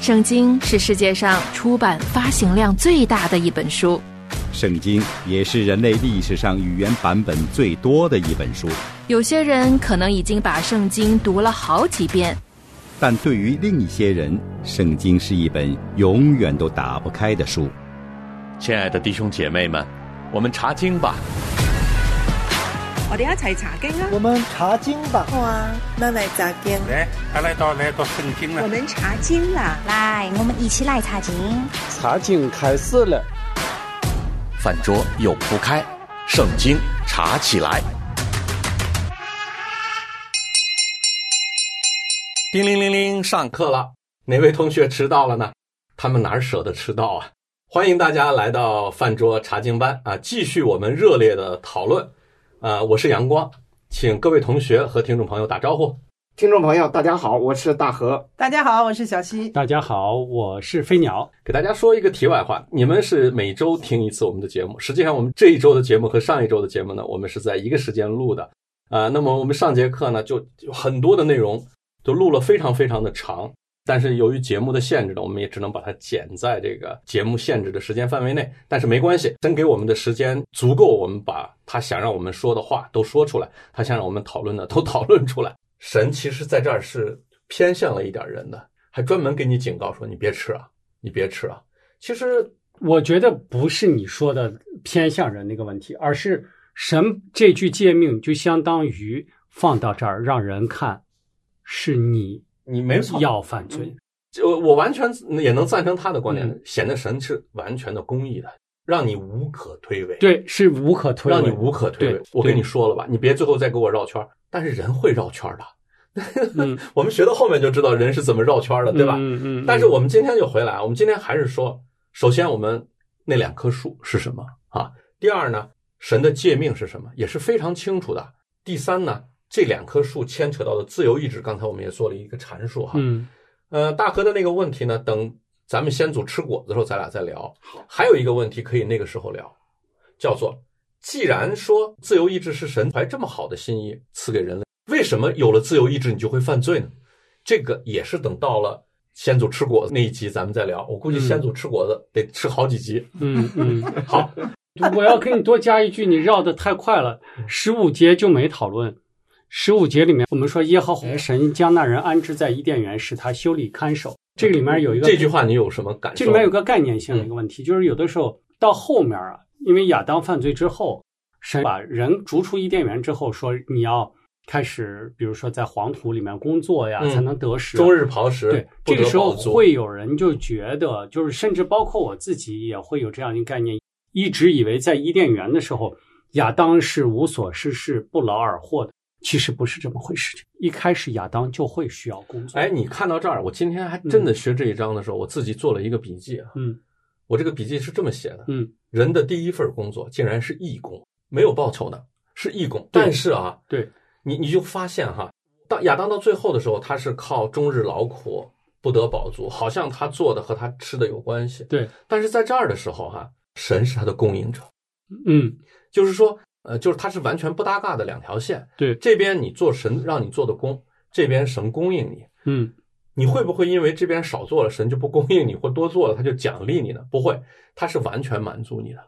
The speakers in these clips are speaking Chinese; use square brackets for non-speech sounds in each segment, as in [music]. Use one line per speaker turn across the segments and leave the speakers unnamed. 圣经是世界上出版发行量最大的一本书。
圣经也是人类历史上语言版本最多的一本书，
有些人可能已经把圣经读了好几遍，
但对于另一些人，圣经是一本永远都打不开的书。
亲爱的弟兄姐妹们，我们查经吧。
我哋一齊查經啊！
我们查经吧，
哇，那来咋编？
来，他来到来到圣经了
我。們查經啦，
来，我们一起来查经。
查经开始了。
饭桌又铺开，圣经查起来。叮铃铃铃，上课了！哪位同学迟到了呢？他们哪舍得迟到啊？欢迎大家来到饭桌查经班啊，继续我们热烈的讨论。啊，我是阳光，请各位同学和听众朋友打招呼。
听众朋友，大家好，我是大河。
大家好，我是小溪。
大家好，我是飞鸟。
给大家说一个题外话，你们是每周听一次我们的节目，实际上我们这一周的节目和上一周的节目呢，我们是在一个时间录的啊、那么我们上节课呢，就就很多的内容都录了非常非常的长，但是由于节目的限制呢，我们也只能把它剪在这个节目限制的时间范围内。但是没关系，真给我们的时间足够，我们把他想让我们说的话都说出来，他想让我们讨论的都 [laughs] 讨论出来。神其实在这儿是偏向了一点人的，还专门给你警告说你别吃啊，你别吃啊。其实
我觉得不是你说的偏向人那个问题，而是神这句诫命就相当于放到这儿让人看，是你
你没错，
要犯罪。
我我完全也能赞成他的观点，
嗯
显得神是完全的公义的，让你无可推诿，，
对，是无可推诿。
让你无可推诿
对。
我跟
对
你说了吧，你别最后再给我绕圈儿。但是人会绕圈儿的，
嗯，
我们学到后面就知道人是怎么绕圈儿 [laughs] 的，对吧？
嗯嗯。嗯
但是我们今天就回来，啊我们今天还是说，首先我们那两棵树是什么啊？第二呢，神的诫命是什么，也是非常清楚的。第三呢，这两棵树牵扯到的自由意志，刚才我们也做了一个阐述哈。
嗯，
呃，大河的那个问题呢，等咱们先祖吃果子的时候，咱俩再聊。还有一个问题可以那个时候聊，叫做：既然说自由意志是神怀这么好的心意赐给人类，为什么有了自由意志你就会犯罪呢？这个也是等到了先祖吃果子那一集咱们再聊。我估计
嗯
先祖吃果子得吃好几集。
嗯嗯，
好，
我要给你多加一句，你绕得太快了。十五节就没讨论。十五节里面，我们说耶和华神将那人安置在伊甸园，使他修理看守。 [laughs] 这里面有一个
这句话你有什么感受？嗯
这里面有个概念性的一个问题，就是有的时候到后面啊，因为亚当犯罪之后，神把人逐出伊甸园之后，说你要开始，比如说在黄土里面工作呀，
嗯
才能得食。
终日刨食，
对，
不
这
得
个时候
饱足
会有人就觉得，就是甚至包括我自己也会有这样一个概念，一直以为在伊甸园的时候，亚当是无所事事、不劳而获的。其实不是这么回事，一开始亚当就会需要工作。
哎，你看到这儿，我今天还真的学这一章的时候，我自己做了一个笔记啊。
嗯
我这个笔记是这么写的：
嗯，
人的第一份工作竟然是义工，没有报酬的，是义工。
对
但是啊，
对，
你你就发现哈，当亚当到最后的时候，他是靠终日劳苦不得饱足，好像他做的和他吃的有关系。
对，
但是在这儿的时候哈、神是他的供应者，
嗯，
就是说，呃，就是他是完全不搭嘎的两条线。
对，
这边你做神让你做的工，这边神供应你。
嗯
你会不会因为这边少做了，神就不供应你，或多做了他就奖励你呢？不会，他是完全满足你的，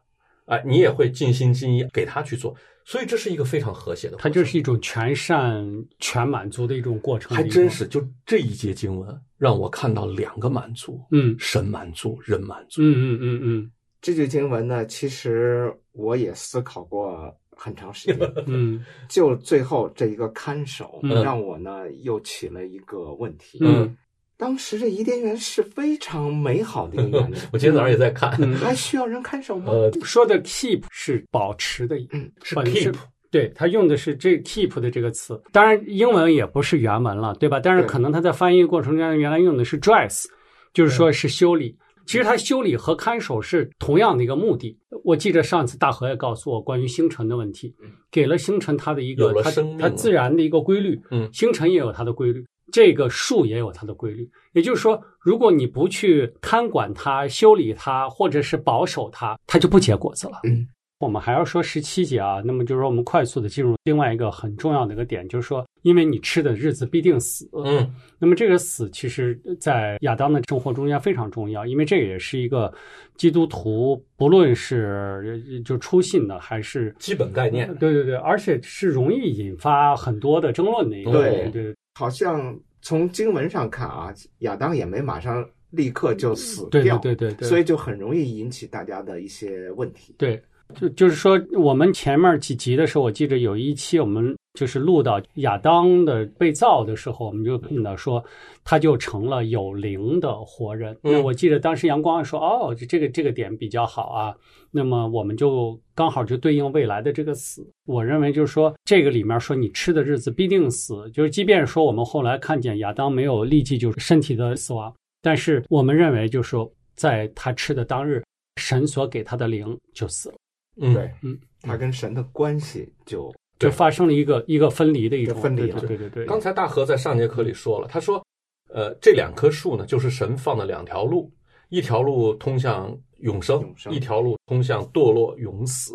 哎，你也会尽心尽意给他去做，所以这是一个非常和谐的过
它
程。
就是一种全善全满足的一种过程，
还真。是，就这一节经文让我看到两个满足，
嗯
神满足，人满足。
嗯嗯嗯
这句经文呢，其实我也思考过很长时间，
嗯嗯
就最后这一个看守，
嗯
让我呢又起了一个问题。
嗯
当时这伊甸园是非常美好的一个园
[laughs]
我今天早上也在看，
嗯
还需要人看守吗？
呃，
说的 keep 是保持的，
嗯
是
保持
keep，
对他用的是这 keep 的这个词，当然英文也不是原文了，对吧？但是
对
可能他在翻译过程中原来用的是 dress，就是说是修理。其实它修理和看守是同样的一个目的。我记得上次大河也告诉我关于星辰的问题，给了星辰它的一
嗯有
个
了
它
生命
它
了
自然的一个规律。
嗯
星辰也有它的规律，这个树也有它的规律。也就是说，如果你不去看管它、修理它，或者是保守它，它就不结果子了。
嗯，
我们还要说十七节啊，那么就是说我们快速的进入另外一个很重要的一个点，就是说，因为你吃的日子必定死。
嗯，
那么这个死，其实在亚当的生活中间非常重要，因为这个也是一个基督徒，不论是呃就出信的还是
基本概念。
对对对，而且是容易引发很多的争论的一个。
对
对
好像从经文上看啊，亚当也没马上立刻就死
对
掉，
嗯对对对对，
所以就很容易引起大家的一些问题。
对，就就是说，我们前面几集的时候，我记着有一期我们就是录到亚当的被造的时候，我们就看到说，他就成了有灵的活人。
嗯
那我记得当时阳光说，哦，这这个这个点比较好啊。那么我们就刚好就对应未来的这个死。我认为就是说，这个里面说你吃的日子必定死，就是即便说我们后来看见亚当没有立即就是身体的死亡，但是我们认为就是说，在他吃的当日，神所给他的灵就死了。
嗯，
对，
嗯，
他跟神的关系就
就
对
发生了一个一个分离的一种啊
分离
对
了
对对对，
刚才大河在上节课里说了，他说，呃，这两棵树呢，就是神放的两条路，一条路通向永生，
永生
一条路通向堕落永死。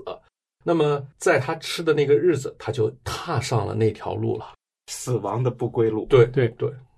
那么，在他吃的那个日子，他就踏上了那条路了。
死亡的不归路。
对
对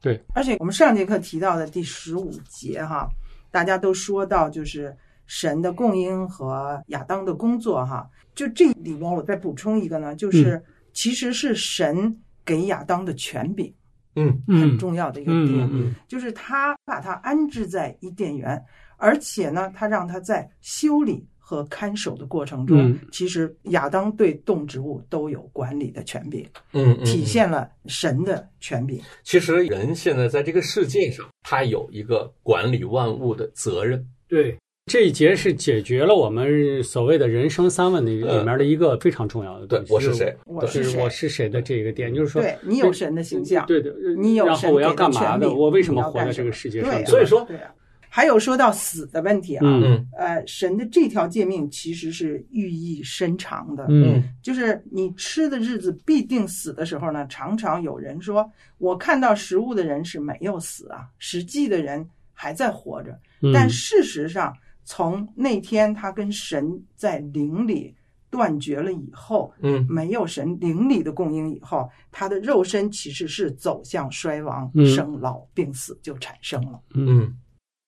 对，
而且我们上节课提到的第十五节哈，大家都说到就是神的供应和亚当的工作哈，就这里面我再补充一个呢，
嗯
就是其实是神给亚当的权柄，
嗯
嗯
很重要的一个
嗯
点，
嗯嗯
就是他把他安置在伊甸园，而且呢，他让他在修理和看守的过程中，
嗯
其实亚当对动植物都有管理的权柄，
嗯，嗯
体。现了神的权柄。
其实人现在在这个世界上，他有一个管理万物的责任。
对。这一节是解决了我们所谓的人生三问里
呃
里面的一个非常重要的
对
东，西。
我
就是
谁？？
我
对
就是是
谁？
我是谁的这个点，就是说
对你有神的形象，
对对，呃
你有
然后
神
我要
给的
干嘛
权
的？
利
我为什
你
么
要
活在
干
这
什
个
么
世界
对
上？
啊
对
所以
吧
说
对啊。还有说到死的问题啊，
嗯
呃，神的这条诫命其实是寓意深长的，
嗯
就是你吃的日子必定死的时候呢，常常有人说，我看到食物的人是没有死啊，实际的人还在活着。
嗯，
但事实上，从那天他跟神在灵里断绝了以后，
嗯
没有神灵里的供应以后，他的肉身其实是走向衰亡
嗯、
生老病死就产生了。
嗯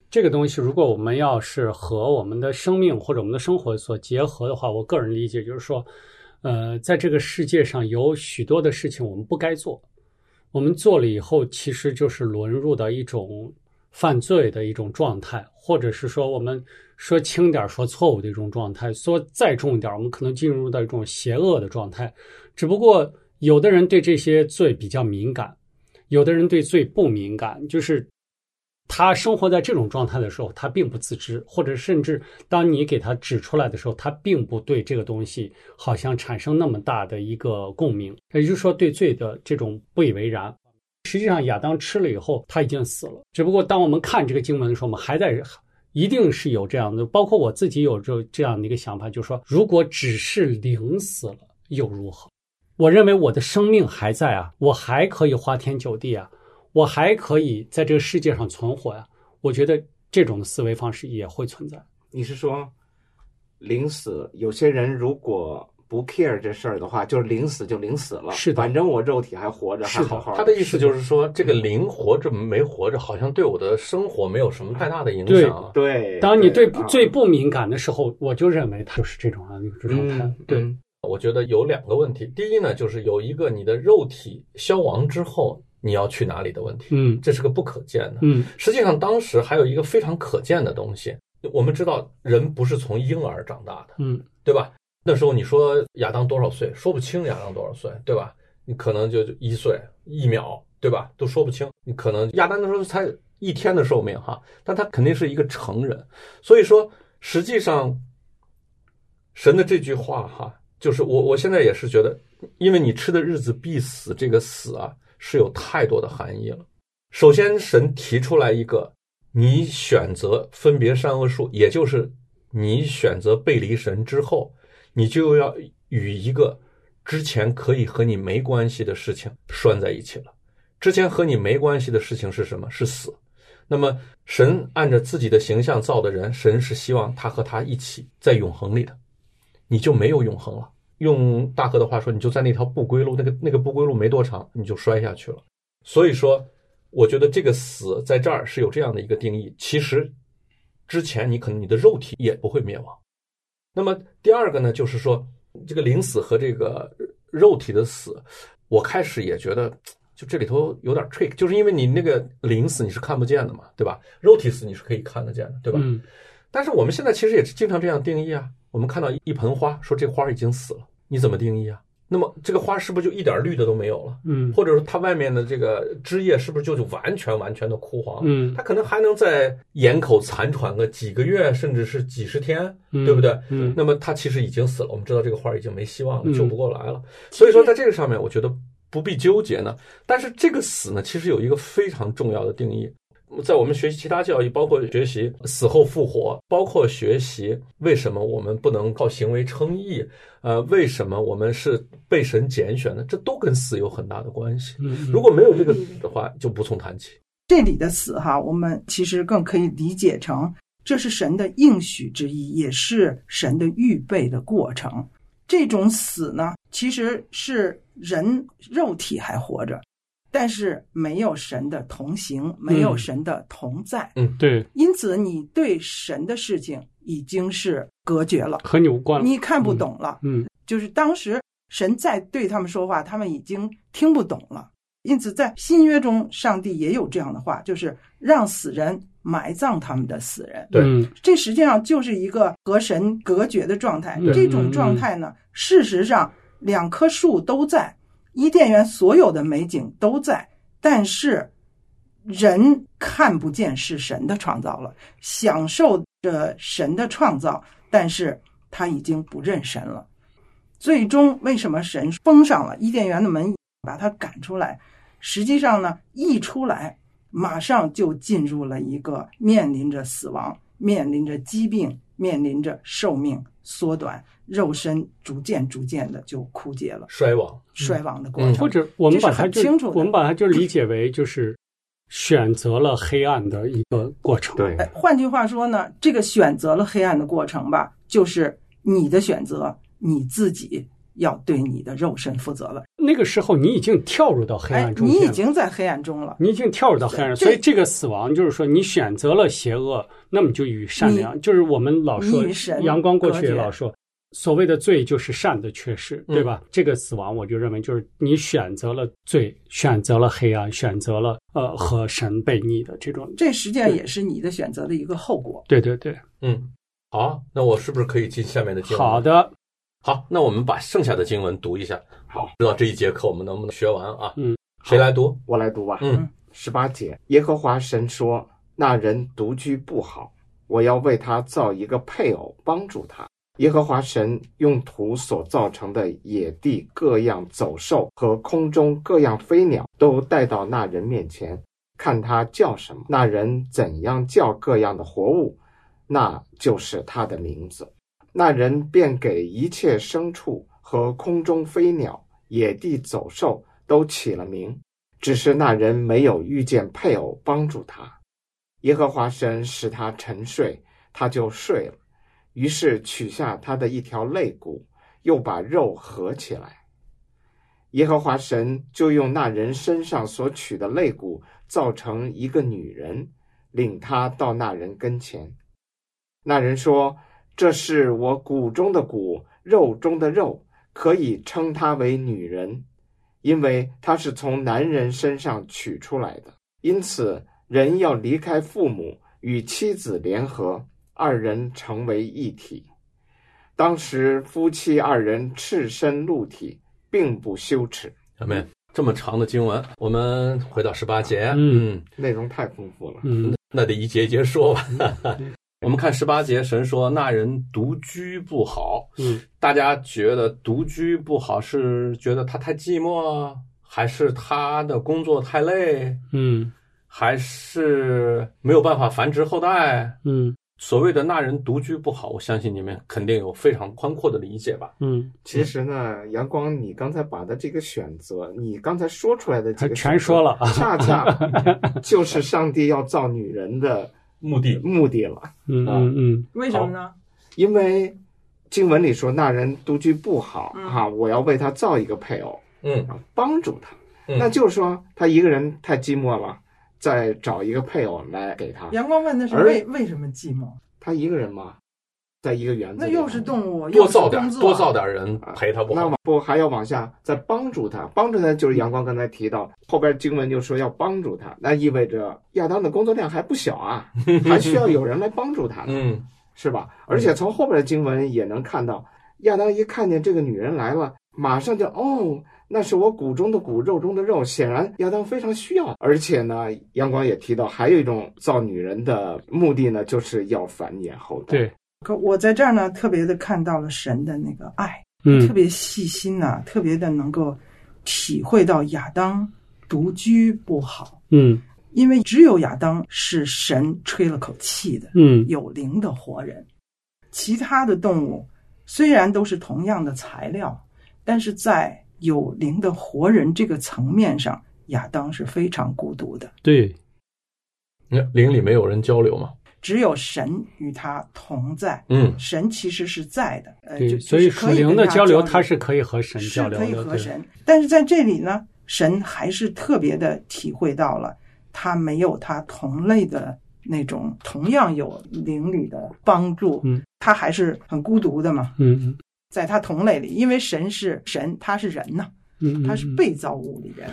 这个东西，如果我们要是和我们的生命或者我们的生活所结合的话，我个人理解就是说，呃，在这个世界上有许多的事情我们不该做，我们做了以后，其实就是沦入到一种犯罪的一种状态，或者是说我们说轻点儿说错误的一种状态，说再重一点儿，我们可能进入到一种邪恶的状态。只不过有的人对这些罪比较敏感，有的人对罪不敏感，就是他生活在这种状态的时候，他并不自知，或者甚至当你给他指出来的时候，他并不对这个东西好像产生那么大的一个共鸣，也就是说对罪的这种不以为然。实际上，亚当吃了以后，他已经死了。只不过，当我们看这个经文的时候，我们还在，一定是有这样的，包括我自己有这这样的一个想法，就是说，如果只是零死了又如何？我认为我的生命还在啊，我还可以花天酒地啊，我还可以在这个世界上存活呀、啊我觉得这种思维方式也会存在。
[laughs] 你是说临死？有些人如果不 care 这事儿的话，就是临死就临死了。
是的
反正我肉体还活着，
是
还
的
好好
他的意思就是说，这个灵活着没活着，好像对我的生活没有什么太大的影响啊。
对，
当你对
啊
最不敏感的时候，我就认为它就是这种啊，这种状态
嗯。
对，
嗯
我觉得有两个问题，第一呢，就是有一个你的肉体消亡之后，你要去哪里的问题，
嗯
这是个不可见的。
嗯
实际上，当时还有一个非常可见的东西，我们知道人不是从婴儿长大的，
嗯
对吧？那时候你说亚当多少岁，说不清亚当多少岁，对吧？你可能就就一岁、一秒，对吧？都说不清。你可能亚当那时候才一天的寿命哈，但他肯定是一个成人。所以说，实际上神的这句话哈，就是我我现在也是觉得，因为你吃的日子必死，这个死啊是有太多的含义了。首先，神提出来一个，你选择分别善恶树，也就是你选择背离神之后，你就要与一个之前可以和你没关系的事情拴在一起了。之前和你没关系的事情是什么？是死。那么，神按着自己的形象造的人，神是希望他和他一起在永恒里的，你就没有永恒了，用大河的话说，你就在那条不归路，那个那个不归路没多长，你就摔下去了。所以说，我觉得这个死在这儿是有这样的一个定义。其实之前你可能你的肉体也不会灭亡。那么第二个呢，就是说这个灵死和这个肉体的死，我开始也觉得就这里头有点 trick，就是因为你那个灵死你是看不见的嘛，对吧？肉体死你是可以看得见的，对吧？
嗯
但是我们现在其实也经常这样定义啊。我们看到一盆花，说这花已经死了，你怎么定义啊？那么这个花是不是就一点绿的都没有了？
嗯
或者说它外面的这个枝叶是不是就就完全完全的枯黄？
嗯
它可能还能在眼口残喘个几个月，甚至是几十天，
嗯
对不对？
嗯
那么它其实已经死了，我们知道这个花已经没希望
嗯
了，救不过来了。所以说，在这个上面，我觉得不必纠结呢。但是这个死呢，其实有一个非常重要的定义，在我们学习其他教育，包括学习死后复活，包括学习为什么我们不能靠行为称义，呃，为什么我们是被神拣选的，这都跟死有很大的关系。
嗯，
如果没有这个的话，就无从谈起。
这里的死哈，我们其实更可以理解成这是神的应许之一，也是神的预备的过程。这种死呢，其实是人肉体还活着，但是没有神的同行，没
嗯
有神的同在，
对
因此你对神的事情已经是隔绝了，
和你无关了，
你看不懂了。
嗯
就是当时神在对他们说话，他们已经听不懂了。因此，在新约中，上帝也有这样的话，就是让死人埋葬他们的死人。
对
嗯
这实际上就是一个和神隔绝的状态
对。
这种状态呢，事实上两棵树都在，伊甸园所有的美景都在，但是人看不见是神的创造了，享受着神的创造，但是他已经不认神了。最终，为什么神封上了伊甸园的门，把他赶出来？实际上呢，一出来马上就进入了一个面临着死亡、面临着疾病、面临着寿命缩短、肉身逐渐逐渐的就枯竭了、
衰亡，
衰亡的过
嗯
程。
嗯或者我们
这
把
是
它
很
就
清楚的
我们把它就理解为就是选择了黑暗的一个过程。
对，
哎换句话说呢，这个选择了黑暗的过程吧，就是你的选择，你自己要对你的肉身负责了。
那个时候你已经跳入到黑
哎
暗，中
你
间了，
已经在黑暗中了。
你已经跳入到黑暗，
这
所以这个死亡就是说，你选择了邪恶，那么就与善良，就是我们老说
你与神
阳光过去也
隔绝嗯
老说，所谓的罪就是善的缺失，对吧？这个死亡，我就认为就是你选择了罪，选择了黑暗，选择了呃和神悖逆的这种，
这实际上也是你的选择的一个后果。
对对对，
嗯，好，那我是不是可以进下面的经文？
好，的，
好，那我们把剩下的经文读一下。好，不知道这一节课我们能不能学完啊？
嗯，
谁来读？
我来读吧。
嗯
十八节，耶和华神说：“那人独居不好，我要为他造一个配偶帮助他。”耶和华神用土所造成的野地各样走兽和空中各样飞鸟都带到那人面前，看他叫什么，那人怎样叫各样的活物，那就是他的名字。那人便给一切牲畜和空中飞鸟、野地走兽都起了名。只是那人没有遇见配偶帮助他，耶和华神使他沉睡，他就睡了。于是取下他的一条肋骨，又把肉合起来。耶和华神就用那人身上所取的肋骨造成一个女人，领他到那人跟前。那人说：“这是我骨中的骨，肉中的肉，可以称她为女人。”因为它是从男人身上取出来的。因此，人要离开父母，与妻子联合，二人成为一体。当时夫妻二人赤身露体，并不羞耻。
小妹，这么长的经文，我们回到十八节。
嗯
嗯
内容太丰富了。
嗯
那得一节一节说吧。 [laughs] 我们看十八节，神说那人独居不好。
嗯，
大家觉得独居不好是觉得他太寂寞，还是他的工作太累，
嗯
还是没有办法繁殖后代？
嗯
所谓的那人独居不好，我相信你们肯定有非常宽阔的理解吧？
嗯，
其实呢，阳光，你刚才把的这个选择，你刚才说出来的几
还
个
全说了，
选择，恰
[laughs]
恰就是上帝要造女人的
目的
目的了。
啊
嗯嗯嗯
为什么呢？
因为经文里说那人独居不好
嗯
哈、啊，我要为他造一个配偶，
嗯
啊，帮助他。
嗯
那就是说他一个人太寂寞了，再找一个配偶来给他。
阳光问的是
而
为为什么寂寞？
他一个人嘛，在一个园子
那
里，
又是动物，
多
又是
造点
工作，
多
啊
造点人陪他不
那
好
往
吗？
不还要往下再帮助他，帮助他就是阳光刚才提到，后边经文就说要帮助他，那意味着亚当的工作量还不小
[laughs]
啊，还需要有人来帮助他呢，
嗯
是吧？而且从后边的经文也能看到，亚当一看见这个女人来了，马上就哦，那是我骨中的骨，肉中的肉。显然亚当非常需要，而且呢，阳光也提到，还有一种造女人的目的呢，就是要繁衍后代。
对，
可我在这儿呢，特别的看到了神的那个爱，
嗯
特，别细心呐、特别的能够体会到亚当独居不好，
嗯
因为只有亚当是神吹了口气的
嗯
有灵的活人，其他的动物虽然都是同样的材料，但是在有灵的活人这个层面上，亚当是非常孤独的，
对，
嗯，邻里没有人交流嘛。
只有神与他同在。
嗯
神其实是在的，呃，就
对，
就
所以
是
属
可以
灵
跟
的
他
交流，
交
它是可以和神交流
是可以
的，
和
对，
神。但是在这里呢，神还是特别的体会到了他没有他同类的那种同样有灵里的帮助，
嗯，
他还是很孤独的嘛，
嗯嗯
在他同类里，因为神是神，他是人呐、
嗯，
他是
嗯
被造物里人，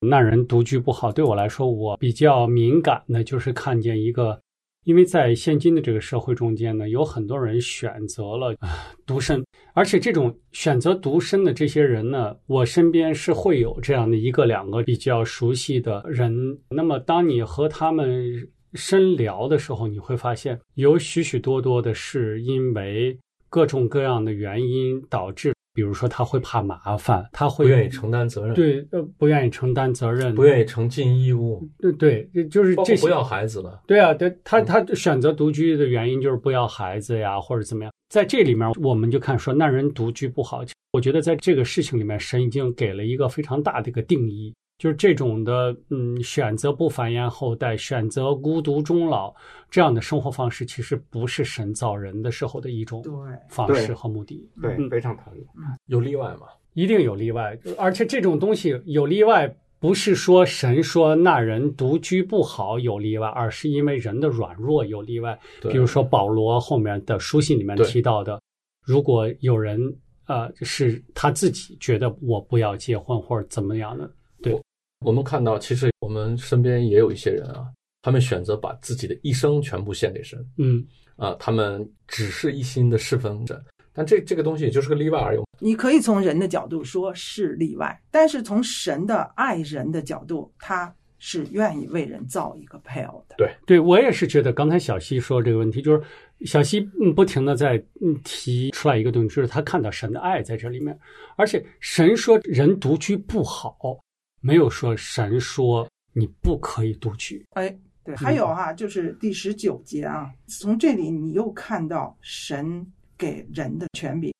那人独居不好，对我来说，我比较敏感的就是看见一个，因为在现今的这个社会中间呢，有很多人选择了啊独身，而且这种选择独身的这些人呢，我身边是会有这样的一个两个比较熟悉的人。那么，当你和他们深聊的时候，你会发现有许许多多的是因为各种各样的原因导致，比如说他会怕麻烦，他
不
会
愿意承担责任，，
对，呃，不愿意承担责任，
嗯不愿意承尽义务，
对对，就是
包
这
括
些
不。要孩子嗯了。
对啊，对他他选择独居的原因就是不要孩子呀，或者怎么样。在这里面，我们就看说那人独居不好。我觉得在这个事情里面，神已经给了一个非常大的一个定义，就是这种的，嗯，选择不繁衍后代，选择孤独终老这样的生活方式，其实不是神造人的时候的一种
对
方
对
式和目的。
对，非常同意。
有例外嘛？
一定有例外，而且这种东西有例外，不是说神说那人独居不好有例外，而是因为人的软弱有例外。
对
比如说保罗后面的书信里面
对
提到的，如果有人呃是他自己觉得我不要结婚或者怎么样的，
我们看到，其实我们身边也有一些人啊，他们选择把自己的一生全部献给神
嗯
啊，他们只是一心的侍奉神。但这这个东西也就是个例外而已。
你可以从人的角度说是例外，但是从神的爱人的角度，他是愿意为人造一个配偶的。
对我也是觉得，刚才小西说这个问题，就是小西嗯不停的在嗯提出来一个东西，就是他看到神的爱在这里面，而且神说人独居不好，没有说神说你不可以独居。
哎，对，还有哈、就是第十九节啊，从这里你又看到神给人的权柄，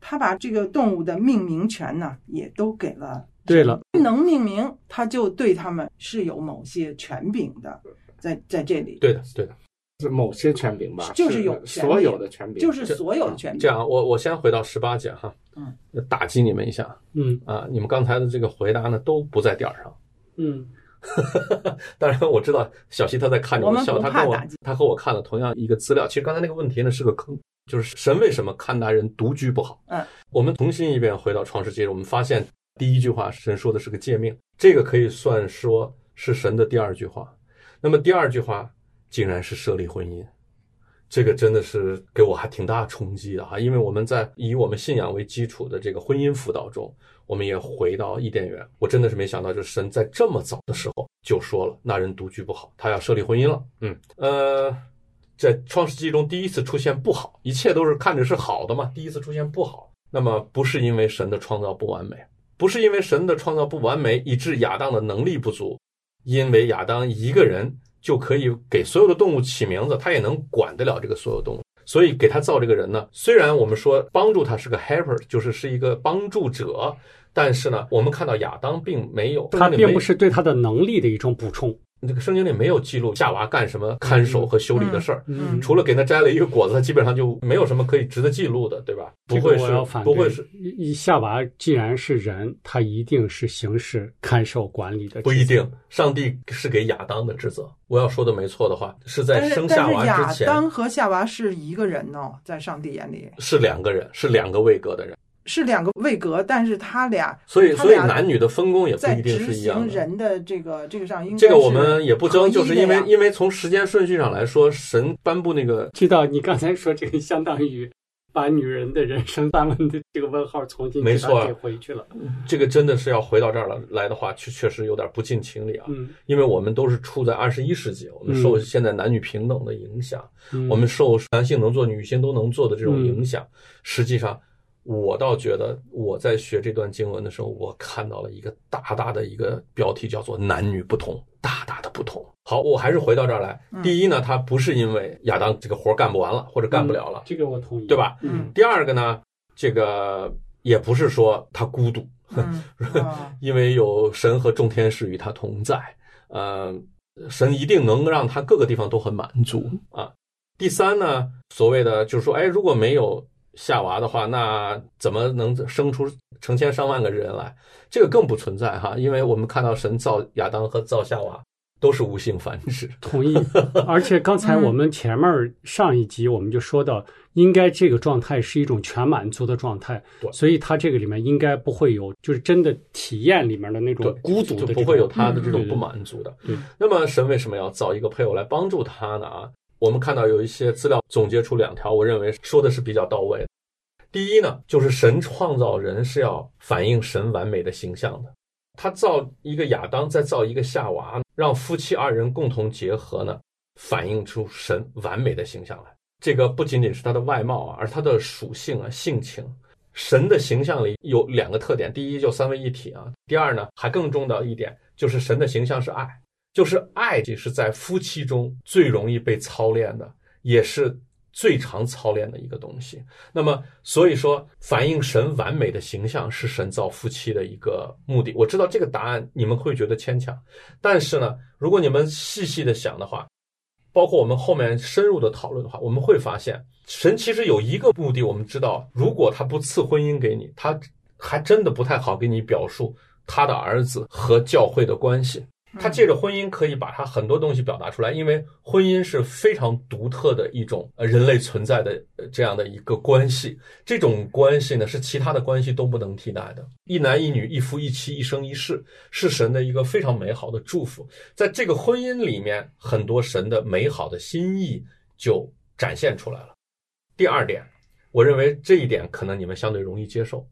他把这个动物的命名权呢、也都给了。
对了，
能命名，他就对他们是有某些权柄的，在在这里，
对的，对的。
是某些权柄吧，
就是是有权
所
柄
有的权柄，
就是所有的权
这
柄。
样，啊我我先回到十八节哈，
嗯，
打击你们一下
嗯
啊，你们刚才的这个回答呢都不在点儿上。
嗯
[laughs] 当然，我知道小西他在看着
我们
笑，
不
他
怕
跟我
打击
他和我看了同样一个资料。其实刚才那个问题呢是个坑，就是神为什么看待人独居不好？
嗯，
我们重新一遍回到创世纪，我们发现第一句话神说的是个诫命，这个可以算说是神的第二句话。那么第二句话竟然是设立婚姻，这个真的是给我还挺大冲击的啊哈，因为我们在以我们信仰为基础的这个婚姻辅导中，我们也回到伊甸园，我真的是没想到，就是神在这么早的时候就说了，那人独居不好，他要设立婚姻了。嗯，呃，在创世纪中第一次出现不好，一切都是看着是好的嘛，第一次出现不好，那么不是因为神的创造不完美，不是因为神的创造不完美以致亚当的能力不足，因为亚当一个人就可以给所有的动物起名字，他也能管得了这个所有动物。所以给他造这个人呢，虽然我们说帮助他是个 helper，就是是一个帮助者，但是呢，我们看到亚当并没有，
他
里
并
没
不是对他的能力的一种补充。
那个圣经里没有记录夏娃干什么看守和修理的事儿，
嗯
除了给他摘了一个果子，他基本上就没有什么可以值得记录的，对吧？不会
这个我要
是
反
不
对
会是
一夏娃既然是人，他一定是行使看守管理的，
不一定。，上帝是给亚当的职责。我要说的没错的话，是在
但是
生
但
夏
是
娃
亚
之前
当和夏娃是一个人哦，在上帝眼里
是两个人，是两个位格的人，
是两个位格，但是他俩
所以
他
所以
俩
男女的分工也不
在
一定
执
是一样
行
的。
人的这个这个上应该
这个我
是
们也不
合
争，
一
就是
的
因为
呀
因为从时间顺序上来说，神颁布那个
知道你刚才说这个，相当于把女人的人生三问的这个问号重新
没
给它
错
给回去了。
这个真的是要回到这儿了来的话，确确实有点不近情理啊。
嗯，
因为我们都是处在二十一世纪，我们
嗯
受现在男女平等的影响，
嗯
我们受男性能做、女性都能做的这种影响，实际上，我倒觉得我在学这段经文的时候，我看到了一个大大的一个标题，叫做“男女不同”，大大的不同。好，我还是回到这儿来。第一呢，他不是因为亚当这个活儿干不完了，或者干
嗯
不了了，
这个我同意，
对？吧？ [laughs]
嗯
第二个呢，这个也不是说他孤独，
嗯啊
因为有神和众天使与他同在，呃，神一定能让他各个地方都很满足
嗯
啊。第三呢，所谓的就是说，哎，如果没有夏娃的话，那怎么能生出成千上万个人来？这个更不存在哈，因为我们看到神造亚当和造夏娃都是无性繁殖，
同意。而且刚才我们前面儿上一集我们就说到，应该这个状态是一种全满足的状态
对，
所以它这个里面应该不会有，就是真的体验里面的那
对
种孤独
就
的这
不
种，
会有他的这
嗯
种
对
不满足的。
对
那么神为什么要造一个配偶来帮助他呢？啊，我们看到有一些资料总结出两条，我认为说的是比较到位的。第一呢，就是神创造人是要反映神完美的形象的。他造一个亚当，再造一个夏娃，让夫妻二人共同结合呢，反映出神完美的形象来。这个不仅仅是他的外貌啊，而他的属性啊、性情。神的形象里有两个特点，第一就三位一体啊，第二呢还更重要一点就是神的形象是爱，就是爱这是在夫妻中最容易被操练的，也是最常操练的一个东西。那么所以说，反映神完美的形象是神造夫妻的一个目的。我知道这个答案你们会觉得牵强，但是呢，如果你们细细的想的话，包括我们后面深入的讨论的话，我们会发现，神其实有一个目的，我们知道，如果他不赐婚姻给你，他还真的不太好给你表述他的儿子和教会的关系。他借着婚姻可以把他很多东西表达出来，因为婚姻是非常独特的一种呃人类存在的呃这样的一个关系。这种关系呢，是其他的关系都不能替代的。一男一女，一夫一妻，一生一世，是神的一个非常美好的祝福。在这个婚姻里面，很多神的美好的心意就展现出来了。第二点，我认为这一点可能你们相对容易接受。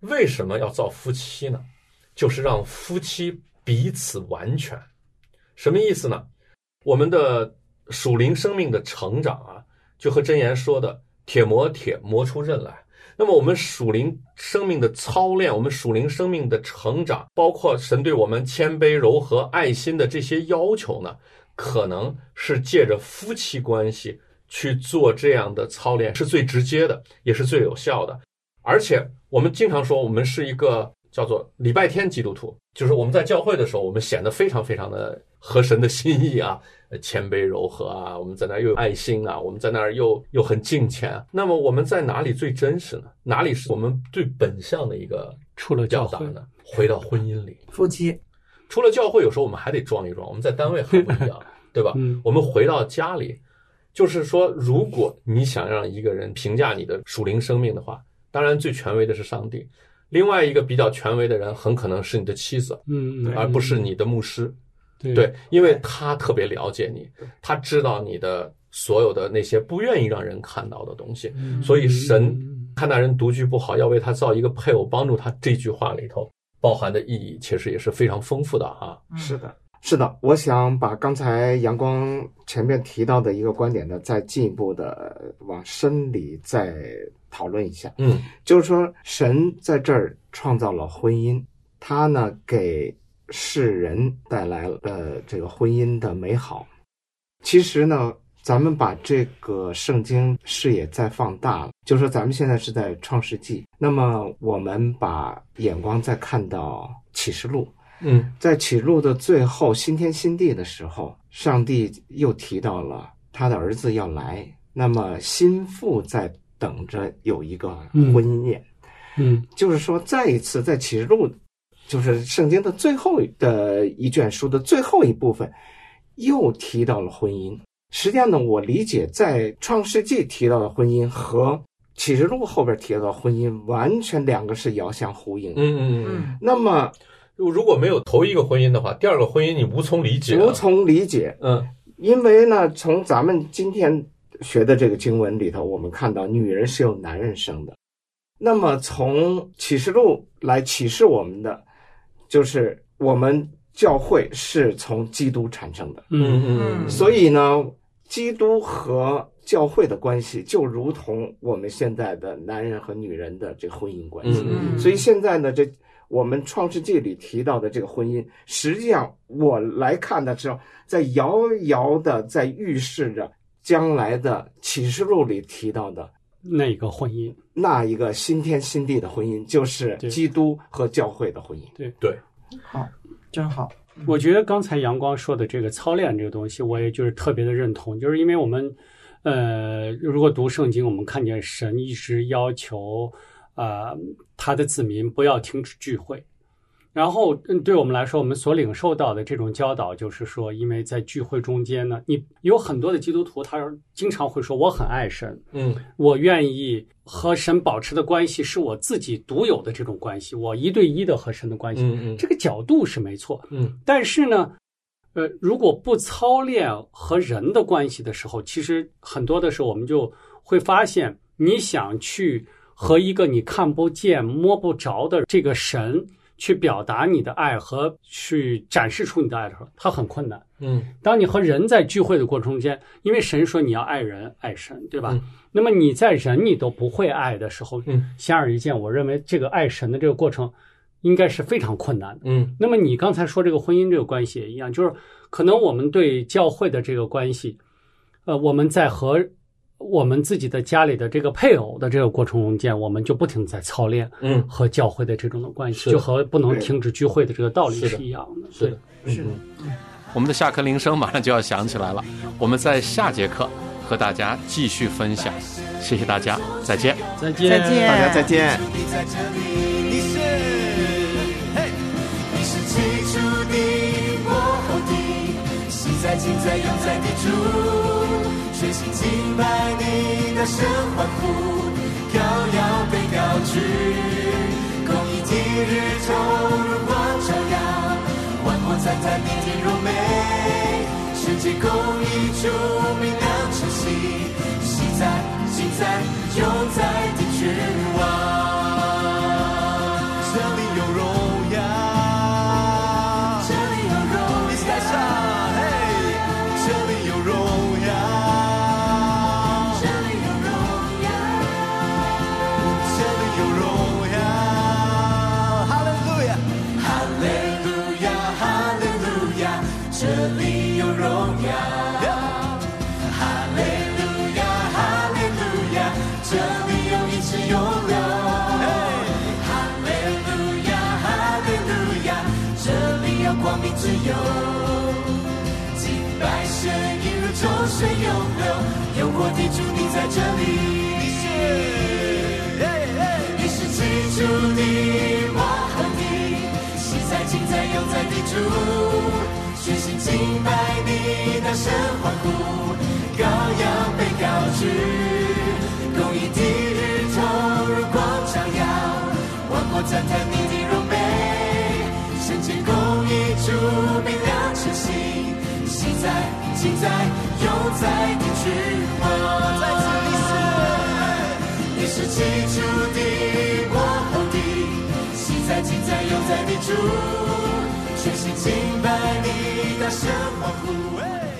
为什么要造夫妻呢？就是让夫妻彼此完全。什么意思呢？我们的属灵生命的成长啊，就和箴言说的“铁磨铁，磨出刃来”。那么我们属灵生命的操练，我们属灵生命的成长，包括神对我们谦卑、柔和、爱心的这些要求呢，可能是借着夫妻关系去做这样的操练，是最直接的，也是最有效的。而且我们经常说，我们是一个叫做礼拜天基督徒，就是我们在教会的时候，我们显得非常非常的合神的心意啊，呃谦卑柔和啊，我们在那儿又有爱心啊，我们在那儿又又很敬虔啊。那么我们在哪里最真实呢？哪里是我们最本相的一个
出了
表
教
达
会
呢？回到婚姻里，
夫妻
除了教会，有时候我们还得装一装，我们在单位还不一
[laughs]
样，对吧？
嗯
我们回到家里，就是说，如果你想让一个人评价你的属灵生命的话，当然最权威的是上帝，另外一个比较权威的人很可能是你的妻子，
嗯，嗯
而不是你的牧师。
对
对，因为他特别了解你，他知道你的所有的那些不愿意让人看到的东
嗯
西，所以神看那人独居不好，要为他造一个配偶帮助他，这句话里头包含的意义其实也是非常丰富的啊。
是的，是的，我想把刚才阳光前面提到的一个观点呢，再进一步的往深里再讨论一下。
嗯，
就是说，神在这儿创造了婚姻，他呢给世人带来了这个婚姻的美好。其实呢，咱们把这个圣经视野再放大了，就说咱们现在是在创世纪，那么我们把眼光再看到启示录，
嗯
在启录的最后新天新地的时候，上帝又提到了他的儿子要来，那么心腹在等着有一个婚宴，
嗯
就是说再一次在启录，就是圣经的最后的一卷书的最后一部分，又提到了婚姻。实际上呢，我理解在创世纪提到的婚姻和启示录后边提到的婚姻，完全两个是遥相呼应的。
嗯嗯嗯。
嗯，
那么
如果没有头一个婚姻的话，第二个婚姻你无从理解。
无。从理解，
啊嗯
因为呢，从咱们今天学的这个经文里头，我们看到女人是由男人生的。那么从启示录来启示我们的，就是我们教会是从基督产生的，
嗯
嗯
所以呢，基督和教会的关系就如同我们现在的男人和女人的这婚姻关系。
嗯
嗯
所以现在呢，这我们《创世纪》里提到的这个婚姻，实际上我来看的时候，在遥遥的在预示着将来的启示录里提到的
那个婚姻，
那一个新天新地的婚姻，就是
对
基督和教会的婚姻。
真好，
我觉得刚才阳光说的这个操练这个东西，我也就是特别的认同，就是因为我们，呃，如果读圣经，我们看见神一直要求，呃，他的子民不要停止聚会。然后，嗯，对我们来说，我们所领受到的这种教导，就是说，因为在聚会中间呢，你有很多的基督徒，他经常会说我很爱神，
嗯
我愿意和神保持的关系是我自己独有的这种关系，我一对一的和神的关系，
嗯嗯
这个角度是没错。
嗯
但是呢，呃，如果不操练和人的关系的时候，其实很多的时候我们就会发现，你想去和一个你看不见、摸不着的这个神去表达你的爱和去展示出你的爱的时候，它很困难。
嗯
当你和人在聚会的过程中间，因为神说你要爱人爱神，对吧？
嗯
那么你在人你都不会爱的时候，
嗯
显而易见，我认为这个爱神的这个过程应该是非常困难的。
嗯
那么你刚才说这个婚姻这个关系也一样，就是可能我们对教会的这个关系，呃，我们在和我们自己的家里的这个配偶的这个过程中间，我们就不停地在操练
嗯，
和教会的这种的关
是
系，
的
就和不能停止聚会的这个道理
是的
是一样的。
是
对
的。
是的。
我们的下课铃声马上就要响起来了，我们在下节课和大家继续分享。谢谢大家，再见。
再见
再见
大家再见。
你在这里，你是，嘿，你是起初的，幕后的，昔在今在永在的主，全心敬拜你的声欢呼，高扬被高举，公益的日头如光照耀，万国赞叹你的荣美，世界公益主名能晨曦，昔在今在永在的君王。这里有荣耀，这里有荣耀，在上，嘿，这里有荣耀，这里有荣耀，这里有荣耀，哈利路亚，哈利路亚，哈利路亚，这里有荣耀。哈利路亚，哈利路亚，这里有一直有流。哈利路亚，哈利路亚，这里有光明之友，敬拜神一如众水涌流，有我的主你在这里，你是，你是起初的，幕后的，昔在今在永在的主，全心敬拜你，大声欢呼，高扬被高举，公义的日头如光照耀。万国赞叹你的荣美，圣洁公义主明亮晨曦，昔在今在永在的君王。再次你是，你是起初的，幕后的，昔在今在永在的主，全心敬拜你，大声欢呼。哎